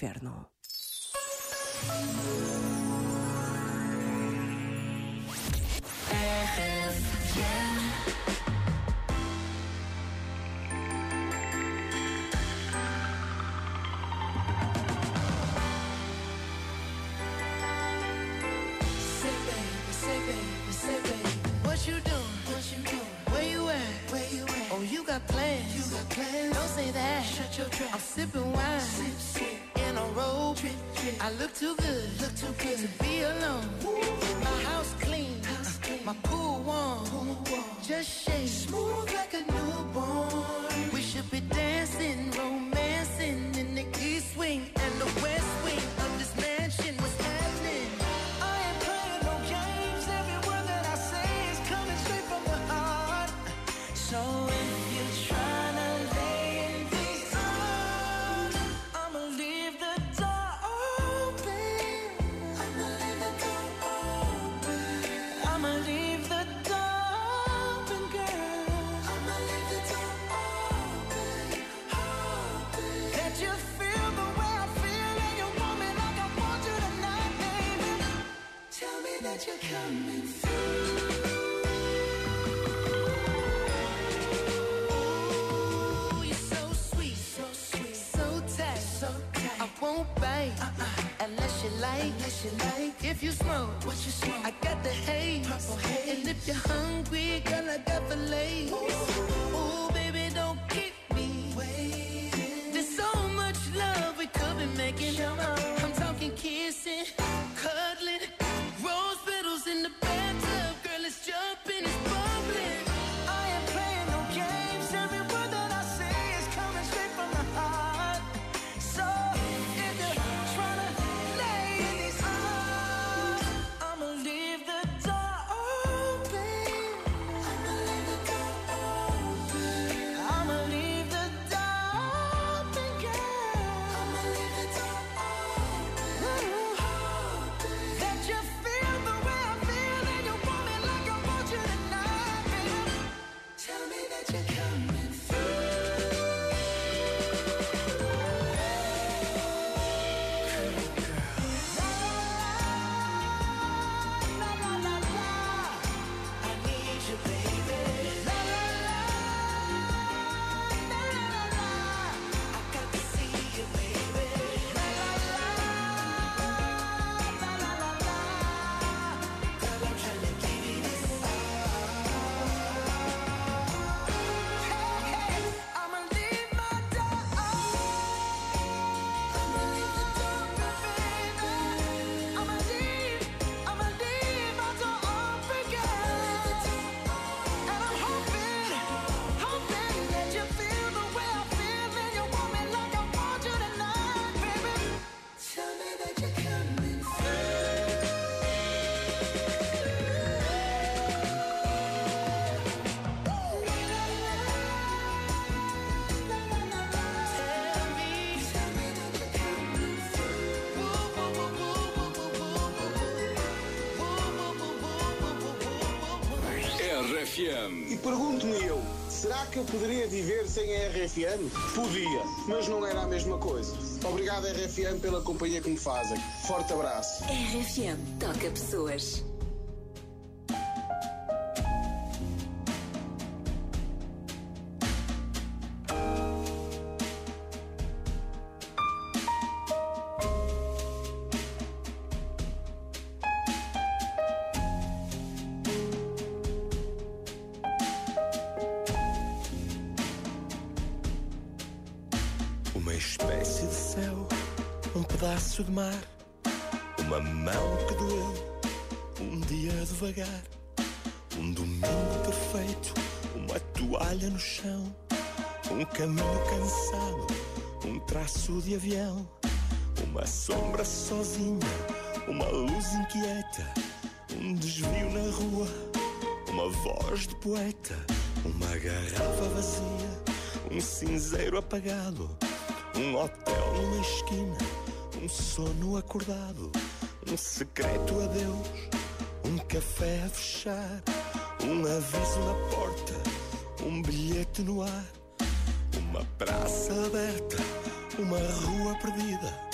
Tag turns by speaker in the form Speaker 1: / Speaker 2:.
Speaker 1: inferno
Speaker 2: Say baby, say baby, say baby, what you doing? What you doing? Where you at? Where you at? Oh, you got plans? You got plans? Don't say that. Shut your trap. I'm sipping wine. Sip, sip. In a robe. Trip, trip. I look too good. Look too good to be alone. My house clean. House clean. My pool warm. Pool warm. Just shake. Smooth like a newborn. We should be dancing, romancing in the east wing and the west wing of this mansion. What's happening? I ain't playing no games. Every word that I say is coming straight from the heart. So if you're trying to lay in these arms, I'ma leave the door open. I'ma leave the door open. I'ma leave the door open, girl. I'ma leave the door open, Oh. open. That you feel the way I feel, and you want me like I want you tonight, baby. Tell me that you're coming through. Ooh, you're so sweet, so sweet, so tight, so tight. I won't bite uh-uh. unless you like, unless you like. If you smoke, what you smoke? I got the haze, purple haze. And if you're hungry, girl, I got the lace. Ooh, baby, don't keep me waiting. There's so much love we could be making. I'm talking kissing, cuddling, rose petals in the bathtub, girl, it's jumping, it's bubbling. I am playing no games. Every word that I say is coming straight from the heart. So if you're trying to lay in these arms, I'ma leave the door open. I'ma leave the door open. I'ma leave the door open, girl. I'ma leave the door open. That you feel the way I feel, and you want me like I want you tonight, baby. Tell me that you're coming I'ma leave my door I'ma leave the door open. I'ma leave, I'ma leave my door open, And I'm hoping, hoping that you feel the way I feel, and you want me like I want you tonight, baby. Tell me that you're coming
Speaker 3: RFM.
Speaker 4: E pergunto-me eu, será que eu poderia viver sem a RFM? Podia, mas não era a mesma coisa. Obrigado, RFM, pela companhia que me fazem. Forte abraço.
Speaker 5: RFM toca pessoas.
Speaker 6: Uma espécie de céu, um pedaço de mar, uma mão que doeu, um dia devagar, um domingo perfeito, uma toalha no chão, um caminho cansado, um traço de avião, uma sombra sozinha, uma luz inquieta, um desvio na rua. Uma voz de poeta, uma garrafa vazia, um cinzeiro apagado, um hotel numa esquina, um sono acordado, um secreto adeus, um café a fechar, um aviso na porta, um bilhete no ar, uma praça aberta, uma rua perdida,